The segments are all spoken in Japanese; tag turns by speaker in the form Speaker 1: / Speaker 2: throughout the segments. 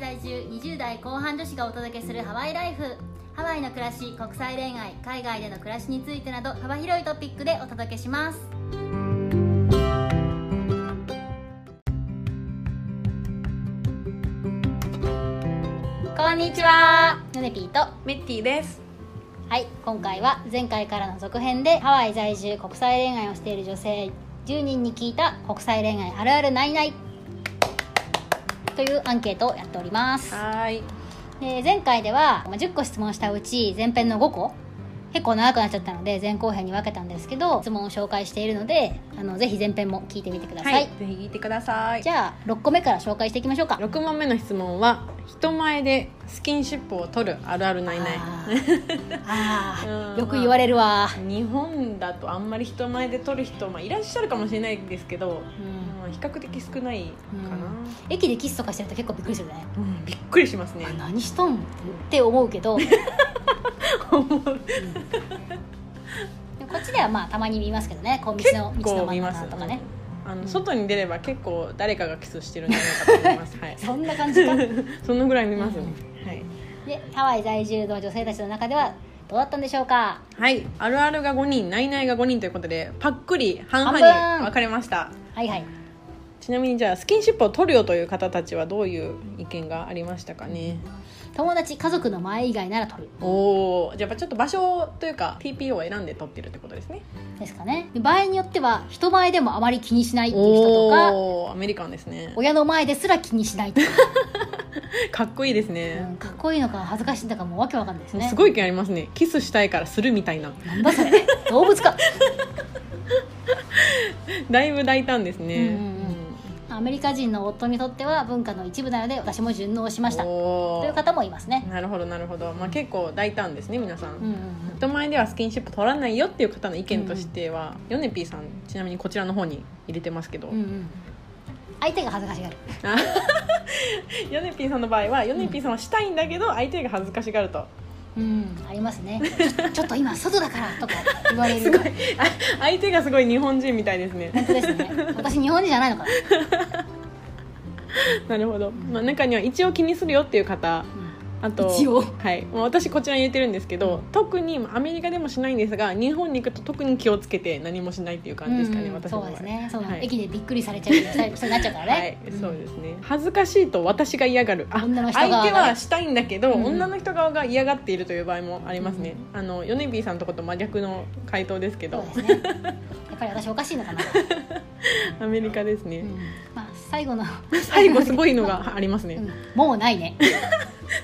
Speaker 1: 20代後半女子がお届けするハワイライフハワイの暮らし国際恋愛海外での暮らしについてなど幅広いトピックでお届けしますこんにちはのねぴーとは
Speaker 2: ミッティです
Speaker 1: い今回は前回からの続編でハワイ在住国際恋愛をしている女性10人に聞いた国際恋愛あるあるないないというアンケートをやっております
Speaker 2: はい
Speaker 1: で前回ではまあ10個質問したうち前編の5個結構長くなっちゃったので前後編に分けたんですけど質問を紹介しているのであのぜひ前編も聞いてみてください、
Speaker 2: ぜひ聞いてください
Speaker 1: じゃあ6個目から紹介していきましょうか
Speaker 2: 6問目の質問は人前でスキンシップを取るあるあるないない
Speaker 1: あーあー
Speaker 2: うん
Speaker 1: よく言われるわ、
Speaker 2: 日本だとあんまり人前で取る人、まあ、いらっしゃるかもしれないですけど、
Speaker 1: うん
Speaker 2: まあ比較的少ないか
Speaker 1: 駅でキスとかしてると結構びっくりするね
Speaker 2: な、うんびっくりしますね
Speaker 1: あ何しとんって思うけどで
Speaker 2: 思う
Speaker 1: もこっちではまあたまに見ますけどねこう道
Speaker 2: 結
Speaker 1: の道の
Speaker 2: 構見
Speaker 1: 真ん
Speaker 2: ます
Speaker 1: 中とかね
Speaker 2: あの
Speaker 1: うん
Speaker 2: 外に出れば結構誰かがキスしてるんじゃないかと思います、はい、
Speaker 1: そんな感じかで
Speaker 2: そのぐらい見ますね、はい
Speaker 1: ハワイ在住の女性たちの中ではどうだったんでしょうか
Speaker 2: はい、あるあるが5人ないないが5人ということでパックリ半々
Speaker 1: 半分
Speaker 2: に分かれました
Speaker 1: はいはい
Speaker 2: ちなみにじゃあスキンシップを取るよという方たちはどういう意見がありましたかね
Speaker 1: 友達家族の前以外なら取る
Speaker 2: おおじゃあやっぱちょっと場所というか TPO を選んで取ってるってことですね
Speaker 1: ですかねで場合によっては人前でもあまり気にしないっていう人とか
Speaker 2: おーアメリカンですね
Speaker 1: 親の前ですら気にしないとか、
Speaker 2: かっこいいです
Speaker 1: う
Speaker 2: ね、
Speaker 1: んかっこいいのか恥ずかしいのかもうわけわかんないですね
Speaker 2: すごい意見ありますねキスしたいからするみたいな
Speaker 1: なんだそれ動物か
Speaker 2: だいぶ大胆ですね、
Speaker 1: うんうんアメリカ人の夫にとっては文化の一部なので私も順応しましたと
Speaker 2: お
Speaker 1: いう
Speaker 2: ー
Speaker 1: 方もいますね
Speaker 2: なるほどなるほど、まあ、結構大胆ですね皆さん、
Speaker 1: うんうんうん
Speaker 2: 人前ではスキンシップ取らないよっていう方の意見としては、ヨネピーさんちなみにこちらの方に入れてますけど、
Speaker 1: うんうん相手が恥ずかしがる
Speaker 2: あヨネピーさんの場合はヨネピーさんはしたいんだけど相手が恥ずかしがると、
Speaker 1: うんありますねちょちょ っと今外だからとか言われる
Speaker 2: すごいあ相手がすごい日本人みたいですね
Speaker 1: 本当ですね私日本人じゃないのかな、
Speaker 2: なるほど、まあ、中には一応気にするよっていう方あと
Speaker 1: 一応
Speaker 2: はい、もう私こちらに入れてるんですけど、特にアメリカでもしないんですが日本に行くと特に気をつけて何もしないっていう感じですかね、
Speaker 1: うんうん
Speaker 2: 私の
Speaker 1: そ
Speaker 2: 場合
Speaker 1: うですねそうなの
Speaker 2: はい
Speaker 1: 駅でびっくりされちゃう 人になっちゃうからね、
Speaker 2: はい、
Speaker 1: ん
Speaker 2: そうですね恥ずかしいと私が嫌がるあ
Speaker 1: 女の人側が
Speaker 2: 相手はしたいんだけど、
Speaker 1: うん
Speaker 2: 女の人側が嫌がっているという場合もありますね、あのヨネビーさんとこと真逆の回答ですけ
Speaker 1: そう
Speaker 2: ど
Speaker 1: ですねやっぱり私おかしいのかな、
Speaker 2: アメリカですね、
Speaker 1: うんまあ最後の
Speaker 2: 最後すごいのがありますね、
Speaker 1: うんもうないね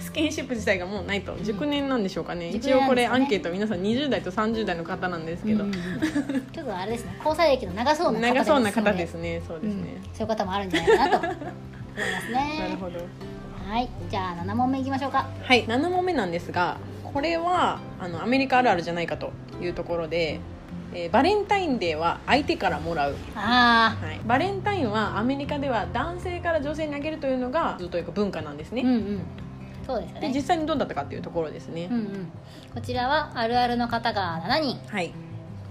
Speaker 2: スキンシップ自体がもうないと熟年なんでしょうかね、
Speaker 1: 熟
Speaker 2: 一
Speaker 1: 年
Speaker 2: 応
Speaker 1: なんです
Speaker 2: これ
Speaker 1: ね
Speaker 2: アンケート皆さん20代と30代の方なんですけど、
Speaker 1: うんちょっとあれですね交際歴の長そうな方
Speaker 2: 長そうな方です
Speaker 1: ね
Speaker 2: ねそうですね、
Speaker 1: そういう方もあるんじゃないかなと思います
Speaker 2: なる
Speaker 1: ね
Speaker 2: ほど
Speaker 1: はいじゃあ7問目いきましょうか
Speaker 2: はい、7問目なんですがこれはあのアメリカあるあるじゃないかというところで、えーバレンタインデーは相手からもらう、
Speaker 1: あ
Speaker 2: はい、バレンタインはアメリカでは男性から女性にあげるというのがずっというか文化なんです
Speaker 1: ー
Speaker 2: ね、
Speaker 1: うんうんそうですよ
Speaker 2: で実
Speaker 1: ね
Speaker 2: 際にどうだったかっていうところですね、
Speaker 1: うんうんこちらはあるあるの方が7人、
Speaker 2: はい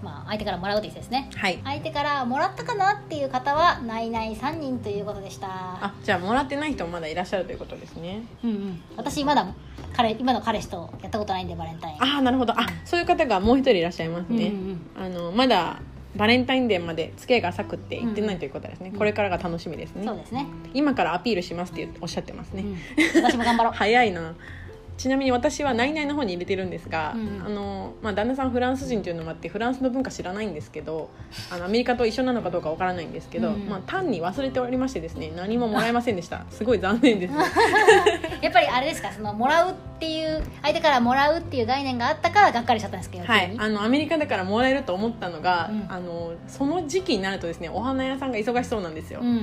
Speaker 1: まあ、相手からもらうという人ですね
Speaker 2: はい
Speaker 1: 相手からもらったかなっていう方はないない3人ということでした
Speaker 2: あじゃあもらってない人もまだいらっしゃるということですね
Speaker 1: うんうん私まだ彼今の彼氏とやったことないんでバレンタイン
Speaker 2: ああなるほどあそういう方がもう一人いらっしゃいます
Speaker 1: うんうん
Speaker 2: ね、あのまだバレンタインデーまで付き合いが浅くって行ってないということですね、
Speaker 1: うん
Speaker 2: これからが楽しみです
Speaker 1: う
Speaker 2: ね
Speaker 1: ん、そうですね
Speaker 2: 今からアピールしますっておっしゃってますね、
Speaker 1: うん、私も頑張ろう
Speaker 2: 早いなちなみに私はナイナイの方に入れてるんですが、
Speaker 1: うん
Speaker 2: あのまあ、旦那さんフランス人というのもあってフランスの文化知らないんですけどあのアメリカと一緒なのかどうかわからないんですけど、
Speaker 1: うん
Speaker 2: まあ、単に忘れておりましてですね何ももらえませんでした すごい残念です
Speaker 1: やっぱりあれですかそのもらうっていう相手からもらうっていう概念があったからがっかりしちゃったんですけど、
Speaker 2: は
Speaker 1: 急
Speaker 2: い
Speaker 1: に
Speaker 2: あのアメリカだからもらえると思ったのが、
Speaker 1: うん
Speaker 2: あのその時期になるとですねお花屋さんが忙しそうなんですよ、
Speaker 1: うんうんう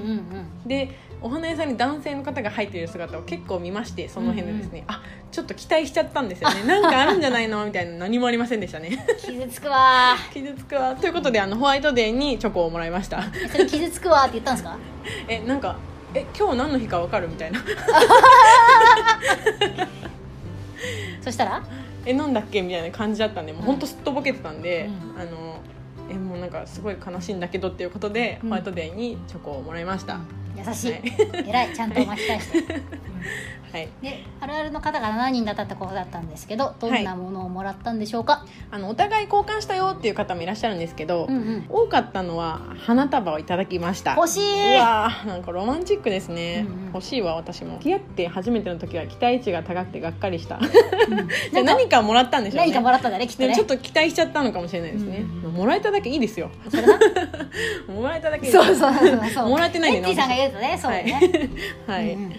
Speaker 1: ん
Speaker 2: でお花屋さんに男性の方が入っている姿を結構見ましてその辺でですね、あちょっと期待しちゃったんですよねなんかあるんじゃないのみたいな何もありませんでしたね
Speaker 1: 傷つくわ
Speaker 2: 傷つくわということであのホワイトデーにチョコをもらいました
Speaker 1: ーそれ傷つくわーって言ったんですか
Speaker 2: えなんかえ今日何の日かわかるみたいな
Speaker 1: そしたら
Speaker 2: えなんだっけみたいな感じだったんでもうほんとすっとぼけてたんで、
Speaker 1: う
Speaker 2: あのえもうなんかすごい悲しいんだけどっていうことで、
Speaker 1: うん
Speaker 2: ホワイトデーにチョコをもらいました、
Speaker 1: うん優しい、
Speaker 2: はい
Speaker 1: 偉いちゃんと巻き返して、
Speaker 2: はい、
Speaker 1: であるあるの方が7人だったってことだったんですけどどんなものをもらったんでしょうか、
Speaker 2: あのお互い交換したよっていう方もいらっしゃるんですけど、
Speaker 1: うんうん
Speaker 2: 多かったのは花束をいただきました
Speaker 1: 欲し
Speaker 2: う
Speaker 1: い
Speaker 2: わーなんかロマンチックですね、
Speaker 1: うんうん
Speaker 2: 欲しいわ私も付き合って初めての時は期待値が高くてがっかりした
Speaker 1: な
Speaker 2: で
Speaker 1: んか
Speaker 2: 何かもらったんでしょうね
Speaker 1: 何かもらったんだねきっと
Speaker 2: でも
Speaker 1: ね
Speaker 2: ちょっと期待しちゃったのかもしれないですね、
Speaker 1: うんうん
Speaker 2: もらえただけいいですよ
Speaker 1: それ な
Speaker 2: もらえただけいいです
Speaker 1: そうそうそうそう
Speaker 2: もらってない
Speaker 1: ベ
Speaker 2: でな
Speaker 1: ッキーさんが言うとねそうだね、
Speaker 2: はい、
Speaker 1: うんうん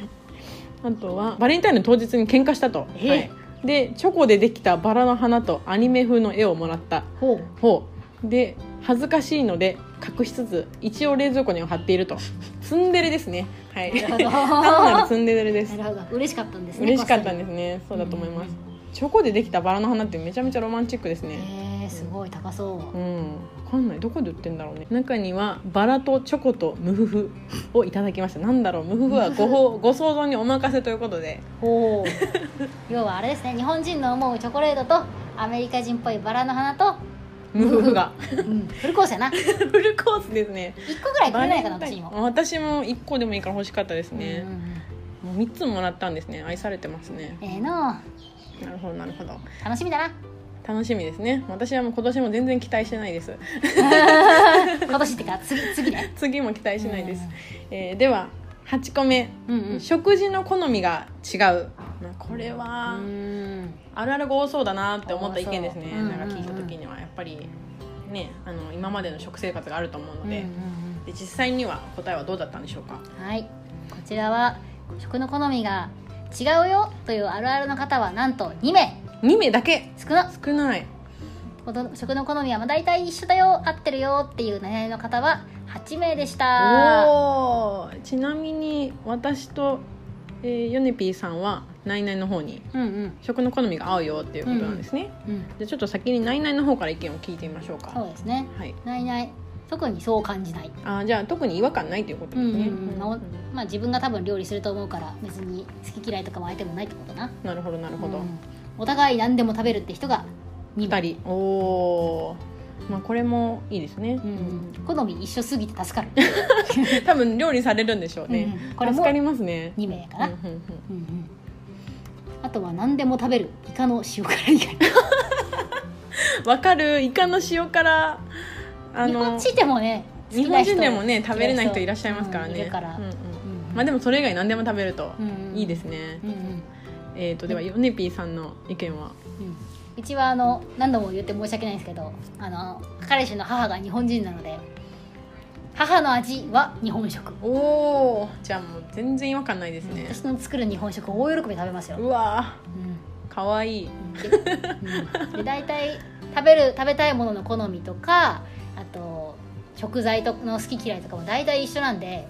Speaker 2: あとはバレンタインの当日に喧嘩したと、
Speaker 1: え
Speaker 2: はいでチョコでできたバラの花とアニメ風の絵をもらった
Speaker 1: ほう
Speaker 2: ほうで恥ずかしいので隠しつつ一応冷蔵庫には貼っているとツンデレですねはい
Speaker 1: なるほど
Speaker 2: 単なるツンデレです
Speaker 1: なるほど嬉しかったんですね
Speaker 2: 嬉しかったん
Speaker 1: で
Speaker 2: ですねそうだと思います、
Speaker 1: うん
Speaker 2: チョコでできたバラの花ってめちゃめちゃロマンチックです
Speaker 1: す
Speaker 2: ね、
Speaker 1: えー、すごい高そう、
Speaker 2: うん分かんないどこで売ってんだろうね中にはバラとチョコとムフフをいただきましたなんだろうムフフはご ほご想像にお任せということで
Speaker 1: ほう要はあれですね日本人の思うチョコレートとアメリカ人っぽいバラの花と、
Speaker 2: ムフフ が
Speaker 1: うん、フルコースやな1
Speaker 2: フルコースですね
Speaker 1: 個ぐらいくれないかな
Speaker 2: バレンタ
Speaker 1: 私
Speaker 2: イ
Speaker 1: に
Speaker 2: ン
Speaker 1: も、
Speaker 2: 私も1個でもいいから欲しかったですね
Speaker 1: うん、うん
Speaker 2: もう3つもらったんですね愛されてますね
Speaker 1: うんええの
Speaker 2: なるほどなるほど
Speaker 1: 楽しみだな
Speaker 2: 楽しみですね私はもう今年も全然期待してないです
Speaker 1: 今年ってか次次ね
Speaker 2: 次も期待しないです、えーでは8個目
Speaker 1: うんうん
Speaker 2: 食事の好みが違う、まあ、これは
Speaker 1: うん
Speaker 2: あるあるが多そうだなって思った意見ですね、
Speaker 1: 多そう
Speaker 2: なんか聞いた
Speaker 1: うんうんうん
Speaker 2: 時にはやっぱりねあの今までの食生活があると思うの
Speaker 1: うんう
Speaker 2: で,、
Speaker 1: ん
Speaker 2: で実際には答えはどうだったんでしょうか
Speaker 1: うんはいこちらは食の好みが違うよというあるあるの方はなんと2名
Speaker 2: 2名だけ
Speaker 1: 少な
Speaker 2: 少ない
Speaker 1: この食の好みはまあ大体一緒だよ合ってるよっていう悩みの方は8名でした
Speaker 2: おーちなみに私と、えー、ヨネピーさんはナイナイの方に
Speaker 1: うんうん
Speaker 2: 食の好みが合うよっていうことなんですね、
Speaker 1: うん
Speaker 2: じゃあちょっと先にナイナイの方から意見を聞いてみましょうか
Speaker 1: そうですね
Speaker 2: はい
Speaker 1: ないない特にそう感じない
Speaker 2: あーじゃあ特に違和感ないということ
Speaker 1: う
Speaker 2: で
Speaker 1: ん
Speaker 2: す
Speaker 1: うん
Speaker 2: ね、
Speaker 1: うんまあおまあ自分が多分料理すると思うから別に好き嫌いとかも相手もないってことな
Speaker 2: なるほどなるほど、
Speaker 1: うんお互い何でも食べるって人が2
Speaker 2: 2
Speaker 1: 名、
Speaker 2: 人おーまあこれもいいですね、
Speaker 1: うんうん、好み一緒すぎて助かる、
Speaker 2: 多分料理されるんでしょう ね、
Speaker 1: うんこれも
Speaker 2: 助かりますね
Speaker 1: 2名かな、
Speaker 2: うんうんうん
Speaker 1: うんうんあとは何でも食べるイカの塩辛以外
Speaker 2: わかるイカの塩辛あ
Speaker 1: 日本人でもね好き
Speaker 2: 日
Speaker 1: な
Speaker 2: 本
Speaker 1: 人
Speaker 2: 人でもね食べれない人いらっしゃいますからね、
Speaker 1: うんいるから
Speaker 2: うんうん
Speaker 1: うん
Speaker 2: まあでもそれ以外何でも食べると
Speaker 1: うんうん
Speaker 2: いいですね、
Speaker 1: うんうん
Speaker 2: えー、とではヨネピーさんの意見は
Speaker 1: うんうちはあの何度も言って申し訳ないんですけどあの彼氏の母が日本人なので母の味は日本食
Speaker 2: おおじゃあもう全然違和感ないですね、
Speaker 1: 私の作る日本食を大喜びで食べますよ、
Speaker 2: うわ
Speaker 1: うん
Speaker 2: ーかわいい
Speaker 1: でうんで大体食べる食べたいものの好みとかあと食材との好き嫌いとかも大体一緒なんで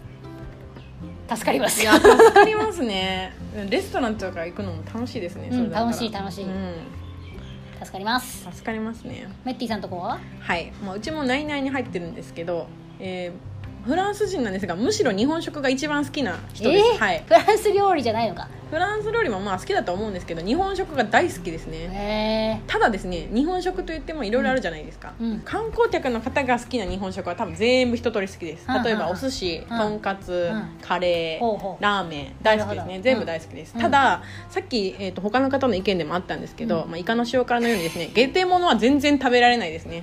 Speaker 1: 助かります
Speaker 2: い
Speaker 1: よ
Speaker 2: や、助かりますね。 レストランとか行くのも楽しいですね。
Speaker 1: う
Speaker 2: それだ
Speaker 1: ん、
Speaker 2: ったら
Speaker 1: 楽しい楽しい、
Speaker 2: うん、
Speaker 1: 助かります
Speaker 2: 助かりますね。
Speaker 1: メッティさんとこは
Speaker 2: はい、まあ、うちも内々に入ってるんですけど、えーフランス人なんですが、むしろ日本食が一番好きな人です。
Speaker 1: えー
Speaker 2: はい。
Speaker 1: フランス料理じゃないのか
Speaker 2: フランス料理もまあ好きだと思うんですけど、日本食が大好きですね。
Speaker 1: へえ
Speaker 2: ただですね、日本食といってもいろいろあるじゃないですか、
Speaker 1: うんうん
Speaker 2: 観光客の方が好きな日本食は多分全部一通り好きです。
Speaker 1: うん
Speaker 2: 例えば
Speaker 1: うん
Speaker 2: お寿司、
Speaker 1: うん
Speaker 2: とんかつ
Speaker 1: うん、
Speaker 2: カレー、
Speaker 1: ほうほう
Speaker 2: ラーメン大好きです
Speaker 1: なるほ
Speaker 2: ね
Speaker 1: ど
Speaker 2: 全部大好きです、
Speaker 1: うん
Speaker 2: たださっき、えー、と他の方の意見でもあったんですけど、
Speaker 1: う
Speaker 2: まあ、イカの塩辛のようにですね下手物は全然食べられないですね、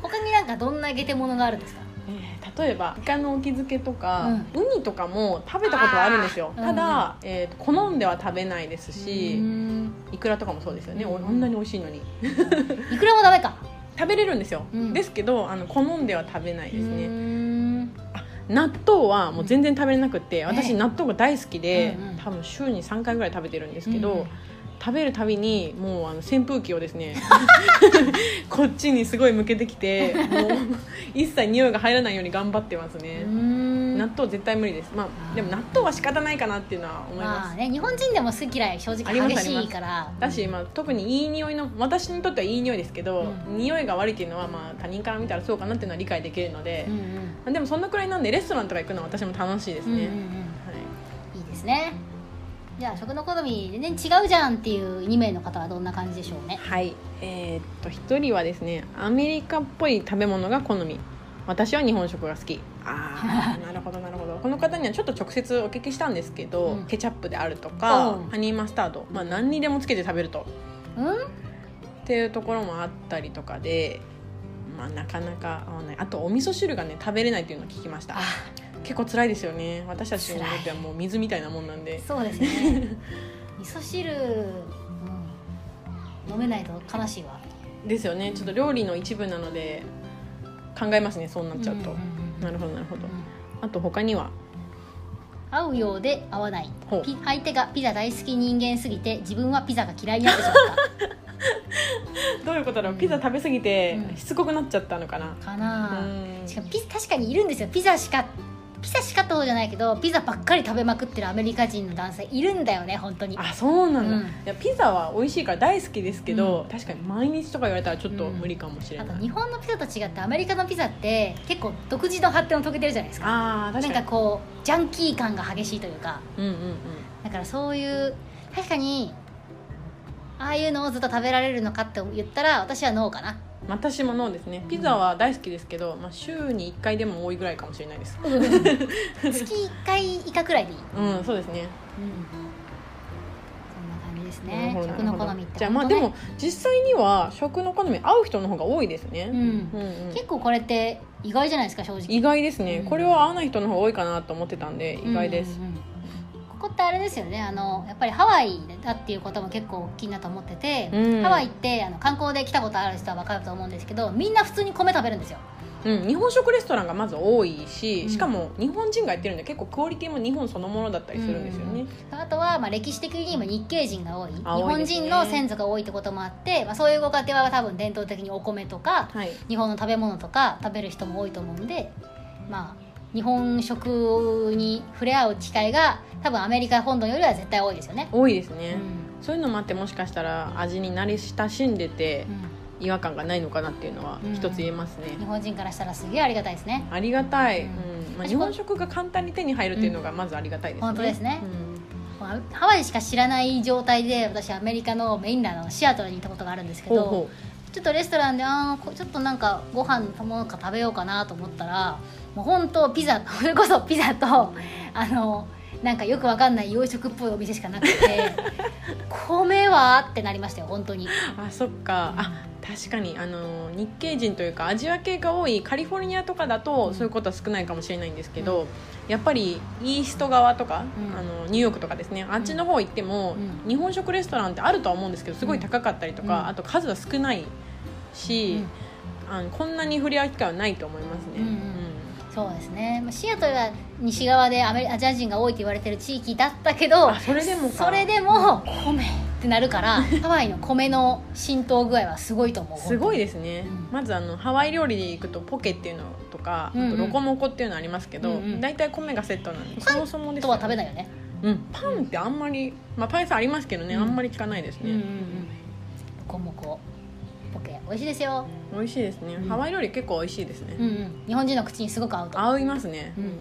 Speaker 1: 他になんかどんなゲテモノがあるんですか
Speaker 2: えー例えばイカのお気漬けとか、ウニとかも食べたことはあるんですよ
Speaker 1: あー
Speaker 2: ただ、えーと好んでは食べないです
Speaker 1: うー
Speaker 2: し
Speaker 1: ん
Speaker 2: イクラとかもそうですよね、
Speaker 1: うん
Speaker 2: おあんなに美味しいのに
Speaker 1: いくらもダメか
Speaker 2: 食べれるんですよ、
Speaker 1: うん
Speaker 2: ですけどあの好んでは食べないですね、
Speaker 1: うーん
Speaker 2: 納豆はもう全然食べれなくて、私納豆が大好きで、
Speaker 1: うんうん
Speaker 2: 多分週に3回ぐらい食べてるんですけど、
Speaker 1: うん
Speaker 2: 食べるたびにもうあの扇風機をです ねこっちにすごい向けてきてもう一切匂いが入らないように頑張ってます
Speaker 1: う
Speaker 2: ね
Speaker 1: ー、ん
Speaker 2: 納豆絶対無理ですまあでも納豆は仕方ないかなっていうのは思います、
Speaker 1: まあね日本人でも好き嫌い正
Speaker 2: ありま
Speaker 1: 直
Speaker 2: す
Speaker 1: 激しいから
Speaker 2: だし、まあ、特にいい匂いの私にとってはいい匂いですけど、
Speaker 1: う
Speaker 2: 匂いが悪いっていうのは、まあ、他人から見たらそうかなっていうのは理解できるので
Speaker 1: うん、うん
Speaker 2: でもそんなくらいなんでレストランとか行くのは私も楽しいです
Speaker 1: うんうん
Speaker 2: ね、
Speaker 1: うん
Speaker 2: はい
Speaker 1: いいですねじゃあ食の好み全然違うじゃんっていう2名の方はどんな感じでしょうね
Speaker 2: はい、えーっと一人はですねアメリカっぽい食べ物が好み私は日本食が好きああ なるほどなるほどこの方にはちょっと直接お聞きしたんですけど、
Speaker 1: うん
Speaker 2: ケチャップであるとか
Speaker 1: うん
Speaker 2: ハニーマスタード、まあ、何にでもつけて食べると
Speaker 1: うん
Speaker 2: っていうところもあったりとかで、まあ、なかなか合わないあとお味噌汁がね食べれないっていうのを聞きました
Speaker 1: あ
Speaker 2: 結構辛いですよね私たちにとってはもう水みたいなもんなんで
Speaker 1: そうです ね味噌汁、うん、飲めないと悲しいわ
Speaker 2: ですよねちょっと料理の一部なので考えますねそうなっちゃうと、
Speaker 1: うんうんうん
Speaker 2: なるほどなるほど
Speaker 1: うん
Speaker 2: あと他には
Speaker 1: 合うようで合わない
Speaker 2: ほう
Speaker 1: ピ相手がピザ大好き人間すぎて自分はピザが嫌いになってしまっ
Speaker 2: どういうことだろうピザ食べ過ぎて
Speaker 1: うん
Speaker 2: しつこくなっちゃったのかな、
Speaker 1: たかなあ
Speaker 2: うん
Speaker 1: しかもピ確かにいるんですよピザしかピザしかってほどじゃないけどピザばっかり食べまくってるアメリカ人の男性いるんだよね本当に
Speaker 2: あそうなんだ、
Speaker 1: うん
Speaker 2: いやピザは美味しいから大好きですけど、
Speaker 1: う
Speaker 2: 確かに毎日とか言われたらちょっと無理かもしれな
Speaker 1: あ
Speaker 2: い、
Speaker 1: と日本のピザと違ってアメリカのピザって結構独自の発展を遂げてるじゃないですか
Speaker 2: あー確か
Speaker 1: な
Speaker 2: に
Speaker 1: んかこうジャンキー感が激しいというか
Speaker 2: うんうんうん
Speaker 1: だからそういう確かにああいうのをずっと食べられるのかって言ったら私はノーか な
Speaker 2: 私もノーですねピザは大好きですけど、まあ、週に1回でも多いぐらいかもしれないです
Speaker 1: 月1回以下くらいでいい
Speaker 2: うんそうですね
Speaker 1: うんそんな感じです
Speaker 2: なる
Speaker 1: ね
Speaker 2: ほど
Speaker 1: 食の好みって
Speaker 2: じゃあまあ
Speaker 1: 本当
Speaker 2: で
Speaker 1: ね
Speaker 2: も実際には食の好み合う人の方が多いですね、
Speaker 1: うん
Speaker 2: うんうん
Speaker 1: 結構これって意外じゃないですか正直
Speaker 2: 意外ですね、
Speaker 1: うん
Speaker 2: これは合わない人の方が多いかなと思ってたんで意外です、
Speaker 1: うんうんうんここってあれですよねあのやっぱりハワイだっていうことも結構大きいなと思ってて、
Speaker 2: うん
Speaker 1: ハワイってあの観光で来たことある人は分かると思うんですけどみんな普通に米食べるんですよ
Speaker 2: うん日本食レストランがまず多いし、
Speaker 1: うん
Speaker 2: しかも日本人がやってるんで結構クオリティも日本そのものだったりするんですよね、
Speaker 1: あとはまあ歴史的にも日系人が多い日
Speaker 2: あ多い
Speaker 1: 本
Speaker 2: ですね
Speaker 1: 人の先祖が多いってこともあって、まあ、そういうご家庭は多分伝統的にお米とか
Speaker 2: はい
Speaker 1: 日本の食べ物とか食べる人も多いと思うんでまあ日本食に触れ合う機会が多分アメリカ本土よりは絶対多いですよね。
Speaker 2: 多いです
Speaker 1: う
Speaker 2: ね、
Speaker 1: ん
Speaker 2: そういうのもあってもしかしたら味に慣れ親しんでて違和感がないのかなっていうのは
Speaker 1: うん
Speaker 2: 一つ言えますね、
Speaker 1: うん日本人からしたらすげえありがたいですね。
Speaker 2: ありがたい、
Speaker 1: う
Speaker 2: うんんまあ、
Speaker 1: 私
Speaker 2: 日本食が簡単に手に入るっていうのがまずありがたいですね、
Speaker 1: 本当ですね
Speaker 2: うん
Speaker 1: ハワイしか知らない状態で私アメリカのメインランドのシアトルに行ったことがあるんですけど
Speaker 2: ほうほ
Speaker 1: ちょっとレストランであーこちょっとなんかご飯ともか食べようかなと思ったらもう本当ピザそれこそピザとあのなんかよくわかんない洋食っぽいお店しかなくて 米はってなりましたよ本当に
Speaker 2: うあそっかあ確かにあの日系人というかアジア系が多いカリフォルニアとかだと、
Speaker 1: うん
Speaker 2: そういうことは少ないかもしれないんですけど、やっぱりイースト側とか、
Speaker 1: うん
Speaker 2: あのニューヨークとかですねあっちの方行っても、
Speaker 1: う
Speaker 2: 日本食レストランってあるとは思うんですけどすごい高かったりとか、
Speaker 1: うん
Speaker 2: あと数は少ないし、あのこんなに触れ合う機会はないと思いますね、
Speaker 1: うんうんそうですねまあシアトルは西側でアメリアジア人が多いと言われてる地域だったけど
Speaker 2: あそれでもか
Speaker 1: それでも米ってなるから ハワイの米の浸透具合はすごいと思う
Speaker 2: すごいですね、
Speaker 1: うん
Speaker 2: まずあのハワイ料理で行くとポケっていうのとか、
Speaker 1: うんうん
Speaker 2: あとロコモコっていうのありますけ
Speaker 1: う
Speaker 2: ど
Speaker 1: んうん
Speaker 2: 大体、米がセットなんでそもそもです
Speaker 1: と
Speaker 2: よ
Speaker 1: は食べないよね
Speaker 2: うん、パンってあんまり、まあ、パン屋さんありますけどね、
Speaker 1: うん
Speaker 2: あんまり聞かないですね、
Speaker 1: こもこポケ美味しいですよ、
Speaker 2: 美味しいですね、
Speaker 1: うん
Speaker 2: ハワイ料理結構美味しいですね、
Speaker 1: うんうん、日本人の口にすごく合うと
Speaker 2: 合いますね、
Speaker 1: うん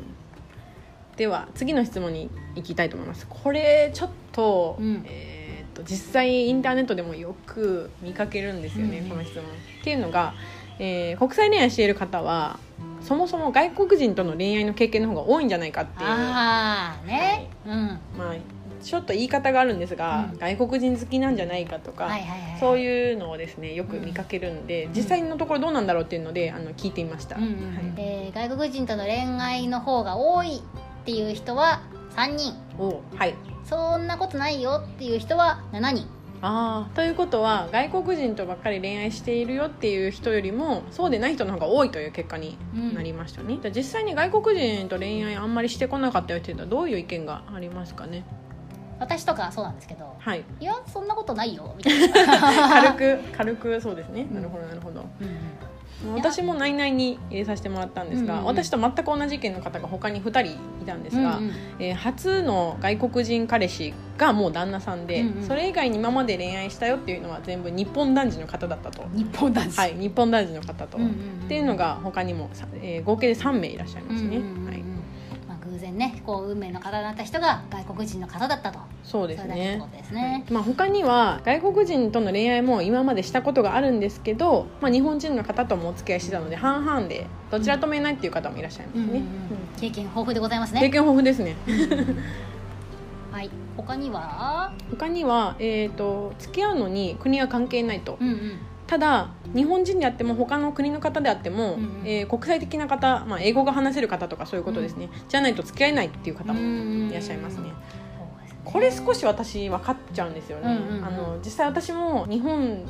Speaker 2: では次の質問に行きたいと思いますこれちょっと,、
Speaker 1: うん
Speaker 2: えーっと実際インターネットでもよく見かけるんですよね、
Speaker 1: うんうん
Speaker 2: この質問っていうのが、えー国際恋愛している方はそもそも外国人との恋愛の経験の方が多いんじゃないかっていう
Speaker 1: ああね、うん
Speaker 2: まあ、ちょっと言い方があるんですが、
Speaker 1: うん
Speaker 2: 外国人好きなんじゃないかとか、
Speaker 1: はいはいはい
Speaker 2: そう
Speaker 1: う、
Speaker 2: いうのをですねよく見かけるんで、
Speaker 1: ん
Speaker 2: 実際のところどうなんだろうっていうのであの聞いてみました、
Speaker 1: うんうん
Speaker 2: はい
Speaker 1: で外国人との恋愛の方が多いっていう人は3人
Speaker 2: おはい
Speaker 1: そんなことないよっていう人は7人
Speaker 2: あーということは外国人とばっかり恋愛しているよっていう人よりもそうでない人の方が多いという結果になりましたね、じゃあ実際に外国人と恋愛あんまりしてこなかったよっていうのはどういう意見がありますかね
Speaker 1: 私とかそうなんですけど
Speaker 2: はい
Speaker 1: いやそんなことないよみたいな、
Speaker 2: 軽く軽くそうですね
Speaker 1: うん
Speaker 2: なるほどなるほど
Speaker 1: うんうん
Speaker 2: もう私も「ナイナイ」に入れさせてもらったんですが、
Speaker 1: うんうん
Speaker 2: 私と全く同じ意見の方が他に2人いたんですが、
Speaker 1: うんうん
Speaker 2: えー初の外国人彼氏がもう旦那さんで、
Speaker 1: うんうん
Speaker 2: それ以外に今まで恋愛したよっていうのは全部日本男児の方だったと、
Speaker 1: 日本男子、
Speaker 2: はい、日本男児の方と、
Speaker 1: うんうんうん
Speaker 2: っていうのが他にも、さえー合計で3名いらっしゃいますね、
Speaker 1: うんうんうんうん
Speaker 2: はい、
Speaker 1: まあ、偶偶然ねこう運命の方だった人が外国人の方だったと
Speaker 2: そうです
Speaker 1: それだけ
Speaker 2: ね
Speaker 1: のことですね
Speaker 2: まあ、他には外国人との恋愛も今までしたことがあるんですけど、まあ、日本人の方ともお付き合いしてたので半々でどちらとも言えないっていう方もいらっしゃいます
Speaker 1: うんうんう
Speaker 2: ね、
Speaker 1: ん経験豊富でございます
Speaker 2: 経験
Speaker 1: ね
Speaker 2: 豊富ですね
Speaker 1: はい他には
Speaker 2: 他には、えー、と付き合うのに国は関係ないと
Speaker 1: うんうん
Speaker 2: ただ日本人であっても他の国の方であっても、
Speaker 1: うんうん
Speaker 2: えー国際的な方、まあ、英語が話せる方とかそういうことですね、じゃないと付き合えないっていう方もいらっしゃいますね、
Speaker 1: そうですね
Speaker 2: これ少し私分かっちゃうんですよね、
Speaker 1: うんうんうん
Speaker 2: あの実際私も日本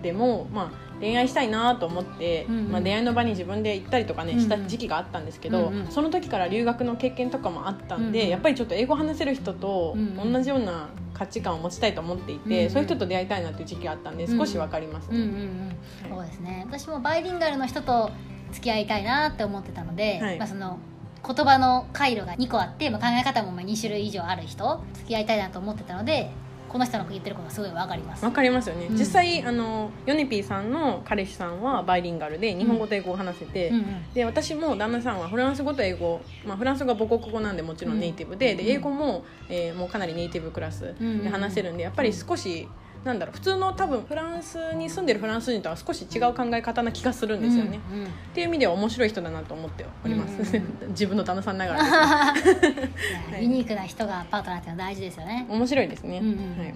Speaker 2: でも、まあ、恋愛したいなと思って、
Speaker 1: うんうん
Speaker 2: まあ、出会いの場に自分で行ったりとか
Speaker 1: うん
Speaker 2: ね
Speaker 1: うん
Speaker 2: した時期があったんですけど、
Speaker 1: うんうん
Speaker 2: その時から留学の経験とかもあったんで、
Speaker 1: うんうん
Speaker 2: やっぱりちょっと英語話せる人と
Speaker 1: うんうん
Speaker 2: 同じような価値観を持ちたいと思っていて、
Speaker 1: うんうん
Speaker 2: そういう人と出会いたいなっていう時期があったんで
Speaker 1: うん
Speaker 2: 少し分かります
Speaker 1: うん
Speaker 2: ね、
Speaker 1: うんうんそうですね私もバイリンガルの人と付き合いたいなって思ってたので、
Speaker 2: はい
Speaker 1: まあ、その言葉の回路が2個あって、まあ、考え方もまあ2種類以上ある人付き合いたいなと思ってたのでこの人の言ってることがすごいわかります
Speaker 2: わかりますよね、
Speaker 1: うん
Speaker 2: 実際あのヨネピーさんの彼氏さんはバイリンガルで日本語と英語を話せて、
Speaker 1: うんうん
Speaker 2: で私も旦那さんはフランス語と英語、まあ、フランス語が母国語なんでもちろんネイティブで,、
Speaker 1: うん
Speaker 2: で英語も、えーもうかなりネイティブクラス
Speaker 1: うん
Speaker 2: で話せるんでやっぱり少し。なんだろう普通の多分フランスに住んでるフランス人とは少し違う考え方な気がするんですよね、
Speaker 1: うんうん
Speaker 2: っていう意味では面白い人だなと思っております、
Speaker 1: うん
Speaker 2: 自分の旦那さんなが らで
Speaker 1: いや
Speaker 2: はい
Speaker 1: ユニークな人がパートナーっていうのは大事ですよね
Speaker 2: す面白いですね、
Speaker 1: うんうん
Speaker 2: はい、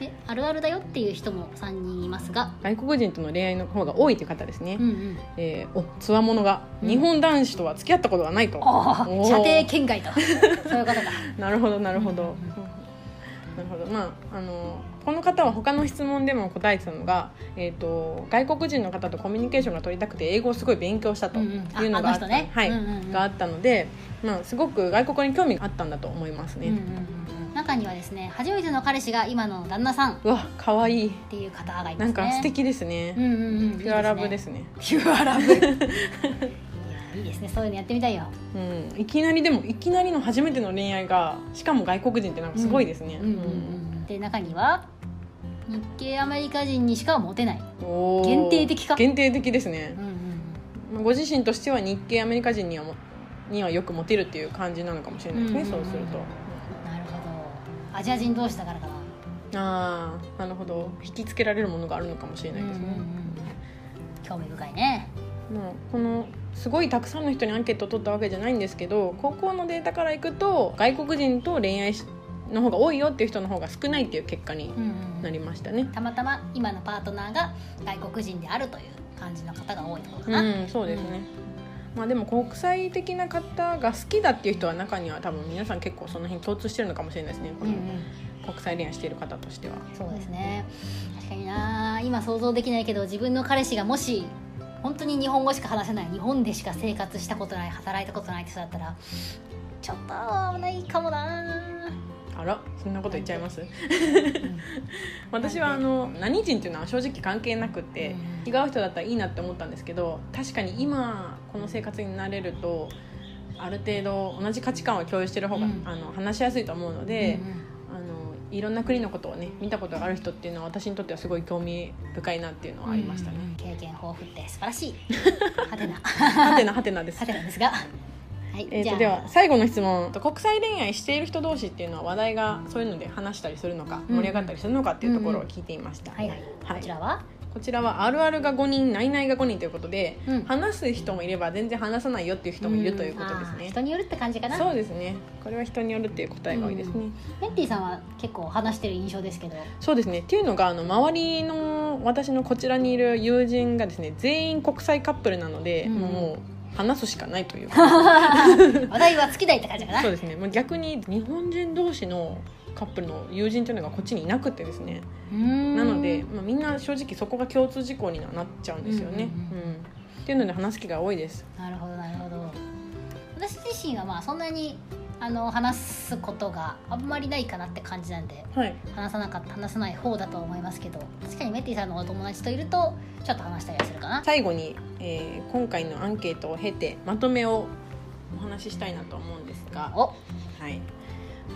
Speaker 1: であるあるだよっていう人も3人いますが、
Speaker 2: 外国人との恋愛の方が多いという方ですね、
Speaker 1: うんうん、
Speaker 2: えーおつわものが日本男子とは付き合ったことがないと、
Speaker 1: お
Speaker 2: お
Speaker 1: ー
Speaker 2: ー
Speaker 1: 射程圏外とそういうことか
Speaker 2: なるほどなるほど、
Speaker 1: うん
Speaker 2: なるほどまああのこの方は他の質問でも答えてたのが、えー、と外国人の方とコミュニケーションが取りたくて英語をすごい勉強したと
Speaker 1: う
Speaker 2: い
Speaker 1: んうんあ
Speaker 2: うのがあった、
Speaker 1: あの人ね
Speaker 2: はい
Speaker 1: うんうんうん
Speaker 2: があったので、まあ、すごく外国に興味があったんだと思います
Speaker 1: うんうんう
Speaker 2: ね、
Speaker 1: んうん中にはですね初めての彼氏が今の旦那さんっ
Speaker 2: うわ可愛い
Speaker 1: ていう方がいますね
Speaker 2: なんか素敵ですね
Speaker 1: うんうんうん
Speaker 2: ピュアラブですすね
Speaker 1: ピュアラブいやいいですねそういうのやってみたいよ
Speaker 2: うん、いきなりでもいきなりの初めての恋愛がしかも外国人ってなんかすごいですね、
Speaker 1: うんうんうんで中には日系アメリカ人にしかモテない、
Speaker 2: うんおー
Speaker 1: 限定的か
Speaker 2: 限定的ですね
Speaker 1: うんうんうん、
Speaker 2: まあご自身としては日系アメリカ人にはもにはよくモテるっていう感じなのかもしれないですね、
Speaker 1: うんうんうん
Speaker 2: そうすると
Speaker 1: なるほどアジア人同士だからかな
Speaker 2: ああなるほど引きつけられるものがあるのかもしれないですね、
Speaker 1: うんうんうん興味深いね
Speaker 2: まあ、このすごいたくさんの人にアンケートを取ったわけじゃないんですけど高校のデータからいくと外国人と恋愛しの方が多いよっていう人の方が少ないっていう結果に
Speaker 1: うんうん
Speaker 2: なりましたね
Speaker 1: たまたま今のパートナーが外国人であるという感じの方が多いってことか
Speaker 2: う
Speaker 1: な、
Speaker 2: ん、そうですね、まあ、でも国際的な方が好きだっていう人は中には多分皆さん結構その辺共通してるのかもしれないですねこ
Speaker 1: うんう
Speaker 2: の
Speaker 1: ん
Speaker 2: 国際恋愛している方としては。
Speaker 1: そうですね確かにな今想像できないけど自分の彼氏がもし本当に日本語しか話せない日本でしか生活したことない働いたことないって人だったらちょっと危ないかもな
Speaker 2: あらそんなこと言っちゃいます 私はあの何人っていうのは正直関係なくて違う人だったらいいなって思ったんですけど確かに今この生活になれるとある程度同じ価値観を共有してる方が、
Speaker 1: うん
Speaker 2: あの話しやすいと思うので、あのいろんな国のことをね見たことがある人っていうのは私にとってはすごい興味深いなっていうのはありましたね。
Speaker 1: 経験豊富って素晴らしい はてな
Speaker 2: はてなはてな です
Speaker 1: はてなですがはい、
Speaker 2: えー、
Speaker 1: じゃ
Speaker 2: と
Speaker 1: あ
Speaker 2: では最後の質問国際恋愛している人同士っていうのは話題がそういうので話したりするのか、
Speaker 1: うん
Speaker 2: 盛り上がったりするのかっていうところを聞いていました、
Speaker 1: はいはい、
Speaker 2: はい
Speaker 1: こちらは
Speaker 2: こちらはあるあるが5人ないないが5人ということで、
Speaker 1: うん
Speaker 2: 話す人もいれば全然話さないよっていう人もいるということです
Speaker 1: んあー
Speaker 2: ね
Speaker 1: 人、によるって感じかな
Speaker 2: そうですねこれは人によるっていう答えが多いですね、
Speaker 1: うメンティさんは結構話してる印象ですけど
Speaker 2: そうですねっていうのがあの周りの私のこちらにいる友人がですね全員国際カップルなので、
Speaker 1: うん
Speaker 2: もう話すしかないというか
Speaker 1: 話題は尽きないって感じかな
Speaker 2: そうですねもう逆に日本人同士のカップルの友人というのがこっちにいなくてですねな
Speaker 1: な
Speaker 2: ので、まあ、みんな正直そこが共通事項にはなっちゃうんですよね、
Speaker 1: う
Speaker 2: うんんっていうので話す機が多いです
Speaker 1: なるほどなるほど私自身はまあそんなにあの話すことがあんまりないかなって感じなんで
Speaker 2: はい
Speaker 1: 話さなかった話さない方だと思いますけど確かにメッティさんのお友達といるとちょっと話したりはするかな
Speaker 2: 最後に、えー今回のアンケートを経てまとめをお話ししたいなと思うんですが、
Speaker 1: お
Speaker 2: はい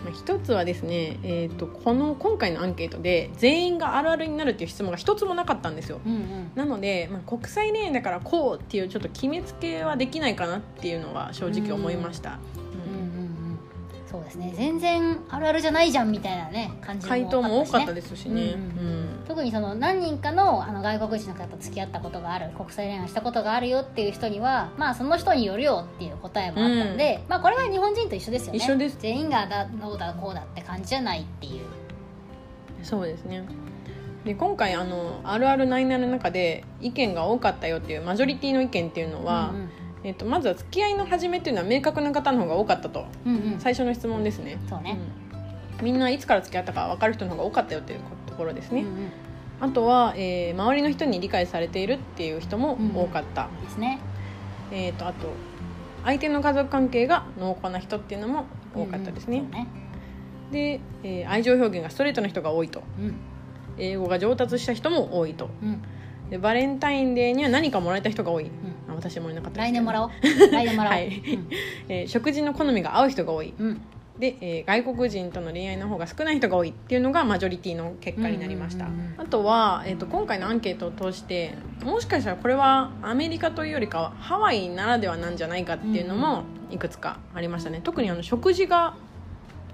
Speaker 2: まあ、一つはですね、えー、とこの今回のアンケートで全員があるあるになるっていう質問が一つもなかったんですよ
Speaker 1: うんうん
Speaker 2: なので、まあ、国際恋愛だからこうっていうちょっと決めつけはできないかなっていうのは正直思いました、
Speaker 1: うんうんうんそうですね全然あるあるじゃないじゃんみたいなね感じ
Speaker 2: 回答も多かった
Speaker 1: す
Speaker 2: ですしね、
Speaker 1: うん
Speaker 2: うん
Speaker 1: 特にその何人かのあの外国人の方と付き合ったことがある国際恋愛したことがあるよっていう人にはまあその人によるよっていう答えもあったので、まあこれは日本人と一緒ですよね
Speaker 2: 一緒です
Speaker 1: 全員がだどうだこうだって感じじゃないっていう
Speaker 2: そうですねで今回あの「あるあるないない」の中で意見が多かったよっていうマジョリティの意見っていうのは、
Speaker 1: うん
Speaker 2: えっと、まずは付き合いの始めっていうのは明確な方の方が多かったと
Speaker 1: うん、うんうん
Speaker 2: 最初の質問ですね、
Speaker 1: そうね、
Speaker 2: うんみんないつから付き合ったか分かる人の方が多かったよっていうところですね、
Speaker 1: うんうん
Speaker 2: あとは、えー周りの人に理解されているっていう人も多かった、
Speaker 1: ですね
Speaker 2: えー、とあと相手の家族関係が濃厚な人っていうのも多かったですね,、
Speaker 1: うんうんそうね
Speaker 2: で、えー愛情表現がストレートな人が多いと英語が上達した人も多いと
Speaker 1: うんうん
Speaker 2: でバレンタインデーには何かもらえた人が多い、
Speaker 1: ん
Speaker 2: あ私もらえなかったです
Speaker 1: 来
Speaker 2: けど
Speaker 1: 年 もらおう来年もらおう、
Speaker 2: はい えー食事の好みが合う人が多い
Speaker 1: うん、うん
Speaker 2: で、えー外国人との恋愛の方が少ない人が多いっていうのがマジョリティの結果になりました、
Speaker 1: うんうんうんうん
Speaker 2: あとは、えー、と今回のアンケートを通してもしかしたらこれはアメリカというよりかはハワイならではなんじゃないかっていうのもいくつかありましたね特にあの食事が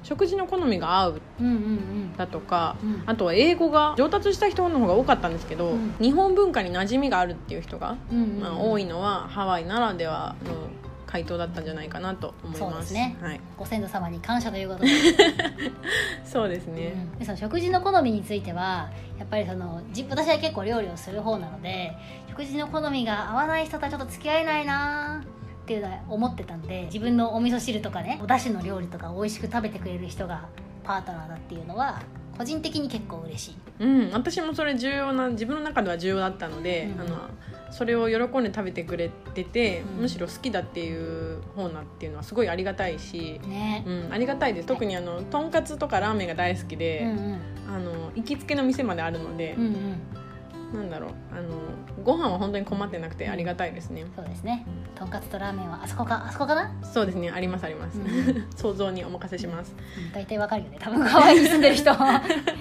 Speaker 2: 食事の好みが合う
Speaker 1: うんうん
Speaker 2: だとか、
Speaker 1: うん
Speaker 2: あとは英語が上達した人の方が多かったんですけど、
Speaker 1: うん
Speaker 2: 日本文化に馴染みがあるっていう人が、
Speaker 1: うんうんうん
Speaker 2: まあ、多いのはハワイならではの回答だったんじゃないかなと思います。
Speaker 1: そうですね
Speaker 2: はい、
Speaker 1: ご先祖様に感謝ということで
Speaker 2: そうですね、
Speaker 1: うんでその食事の好みについてはやっぱりそのじ私は結構料理をする方なので食事の好みが合わない人とはちょっと付き合えないなーっていうのは思ってたんで自分のお味噌汁とかねお出汁の料理とか美味しく食べてくれる人がパートナーだっていうのは個人的に結構嬉しい
Speaker 2: うん、私もそれ重要な自分の中では重要だったので、
Speaker 1: うん
Speaker 2: あのそれを喜んで食べてくれてて、
Speaker 1: うん
Speaker 2: むしろ好きだっていう方なっていうのはすごいありがたいし、
Speaker 1: ね
Speaker 2: う、ん、ありがたいです特にあのとんかつとかラーメンが大好き
Speaker 1: うん、うん
Speaker 2: で、あの行きつけの店まであるので
Speaker 1: うんう、ん
Speaker 2: なんだろうあのご飯は本当に困ってなくてありがたいですね、
Speaker 1: そうですねとんかつとラーメンはあそこかあそこかな、
Speaker 2: そうですねありますあります、
Speaker 1: うん
Speaker 2: 想像にお任せします
Speaker 1: うん、大体わかるよね多分ハワイに住んでる人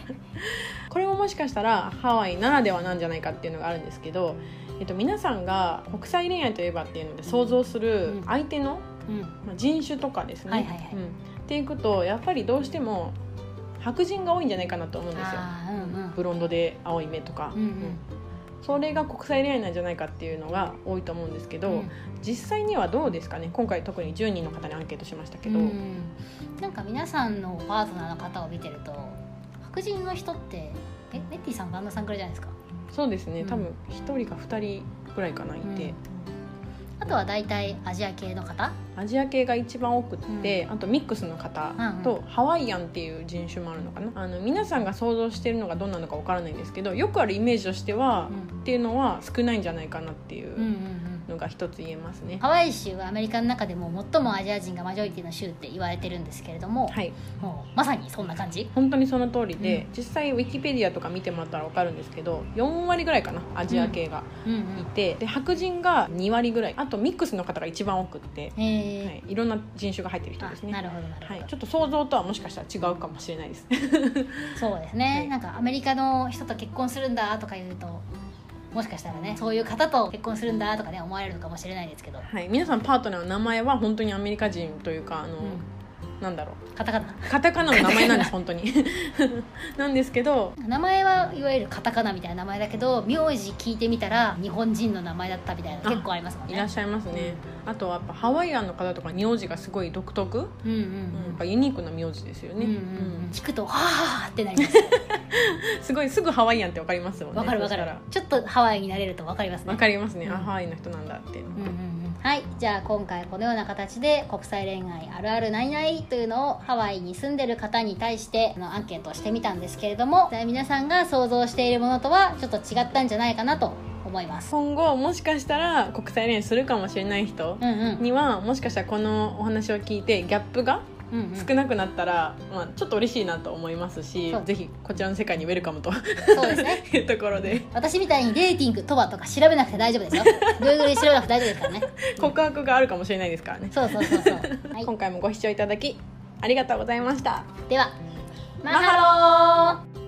Speaker 2: これももしかしたらハワイならではなんじゃないかっていうのがあるんですけど、えっと、皆さんが国際恋愛といえばっていうので想像す
Speaker 1: う
Speaker 2: る
Speaker 1: ん
Speaker 2: 相手の
Speaker 1: うん
Speaker 2: まあ人種とかですね、
Speaker 1: はいはいはい
Speaker 2: うん、っていくとやっぱりどうしても白人が多いんじゃないかなと思うんですよ
Speaker 1: ああうんうん
Speaker 2: ブロンドで青い目とか、
Speaker 1: うんうん
Speaker 2: それが国際恋愛なんじゃないかっていうのが多いと思うんですけど、
Speaker 1: うん
Speaker 2: 実際にはどうですかね今回特に10人の方にアンケートしましたけど、
Speaker 1: うんなんか皆さんのパートナーの方を見てると白人の人ってえメッティさん旦那さんくらいじゃないですか
Speaker 2: そうですね
Speaker 1: うん
Speaker 2: 多分1人か2人ぐらいかないて、
Speaker 1: あとは大体アジア系の方
Speaker 2: アジア系が一番多くって、あとミックスの方
Speaker 1: うん
Speaker 2: とハワイアンっていう人種もあるのかなあの皆さんが想像してるのがどんなのかわからないんですけどよくあるイメージとしては、
Speaker 1: うん
Speaker 2: っていうのは少ないんじゃないかなってい
Speaker 1: うんうん
Speaker 2: う
Speaker 1: う
Speaker 2: んのが一つ言えますね。
Speaker 1: ハワイ州はアメリカの中でも最もアジア人がマジョリティの州って言われてるんですけれども、
Speaker 2: はい、
Speaker 1: もうまさにそんな感じ
Speaker 2: 本当にその通りで、実際ウィキペディアとか見てもらったら分かるんですけど4割ぐらいかなアジア系が
Speaker 1: うんう
Speaker 2: いて、で白人が2割ぐらいあとミックスの方が一番多くって、
Speaker 1: んへえ、
Speaker 2: はい、いろんな人種が入ってる人です
Speaker 1: あな
Speaker 2: ね、
Speaker 1: るほどなるほ
Speaker 2: は
Speaker 1: ど、
Speaker 2: い、ちょっと想像とはもしかしたら違うかもしれないです
Speaker 1: そうですね、
Speaker 2: はい
Speaker 1: なんかアメリカの人と結婚するんだとか言うともしかしたらねそういう方と結婚するんだとかね思われるのかもしれないですけど、
Speaker 2: はい、皆さんパートナーの名前は本当にアメリカ人というかあの、
Speaker 1: うん、
Speaker 2: なんだろ
Speaker 1: カタカナ
Speaker 2: うカタカナの名前なんです本当に なんですけど
Speaker 1: 名前はいわゆるカタカナみたいな名前だけど名字聞いてみたら日本人の名前だったみたいなの結構ありますもんね
Speaker 2: いらっしゃいますねあとはやっぱハワイアンの方とか名字がすごい独特、
Speaker 1: うんうん
Speaker 2: やっぱユニークな名字ですよ
Speaker 1: うんうんう
Speaker 2: ね、
Speaker 1: ん
Speaker 2: うん
Speaker 1: 聞くと「はあ」ってなります
Speaker 2: すごいすぐハワイアンってわかりますもんね
Speaker 1: わかるわか
Speaker 2: そ
Speaker 1: る
Speaker 2: したら
Speaker 1: ちょっとハワイになれるとわかります
Speaker 2: わ
Speaker 1: ね
Speaker 2: かりますね、
Speaker 1: う
Speaker 2: あ
Speaker 1: ん
Speaker 2: ハワイの人なんだって、
Speaker 1: うんうんうんはいじゃあ今回このような形で国際恋愛あるあるないないというのをハワイに住んでる方に対してあのアンケートをしてみたんですけれども実際皆さんが想像しているものとはちょっと違ったんじゃないかなと思います
Speaker 2: 今後もしかしたら国際恋愛するかもしれない人
Speaker 1: うんうん
Speaker 2: にはもしかしたらこのお話を聞いてギャップが
Speaker 1: うんうん
Speaker 2: 少なくなったら、まあ、ちょっと嬉しいなと思いますし
Speaker 1: そう
Speaker 2: ぜひこちらの世界にウェルカムと
Speaker 1: そうですね
Speaker 2: いうところで
Speaker 1: 私みたいにデーティングとはとか調べなくて大丈夫 ですよ Google で調べなくて大丈夫ですからね
Speaker 2: 告白があるかもしれないですからね、
Speaker 1: そうそうそうそう、はい、
Speaker 2: 今回もご視聴いただきありがとうございました
Speaker 1: では
Speaker 2: マハロー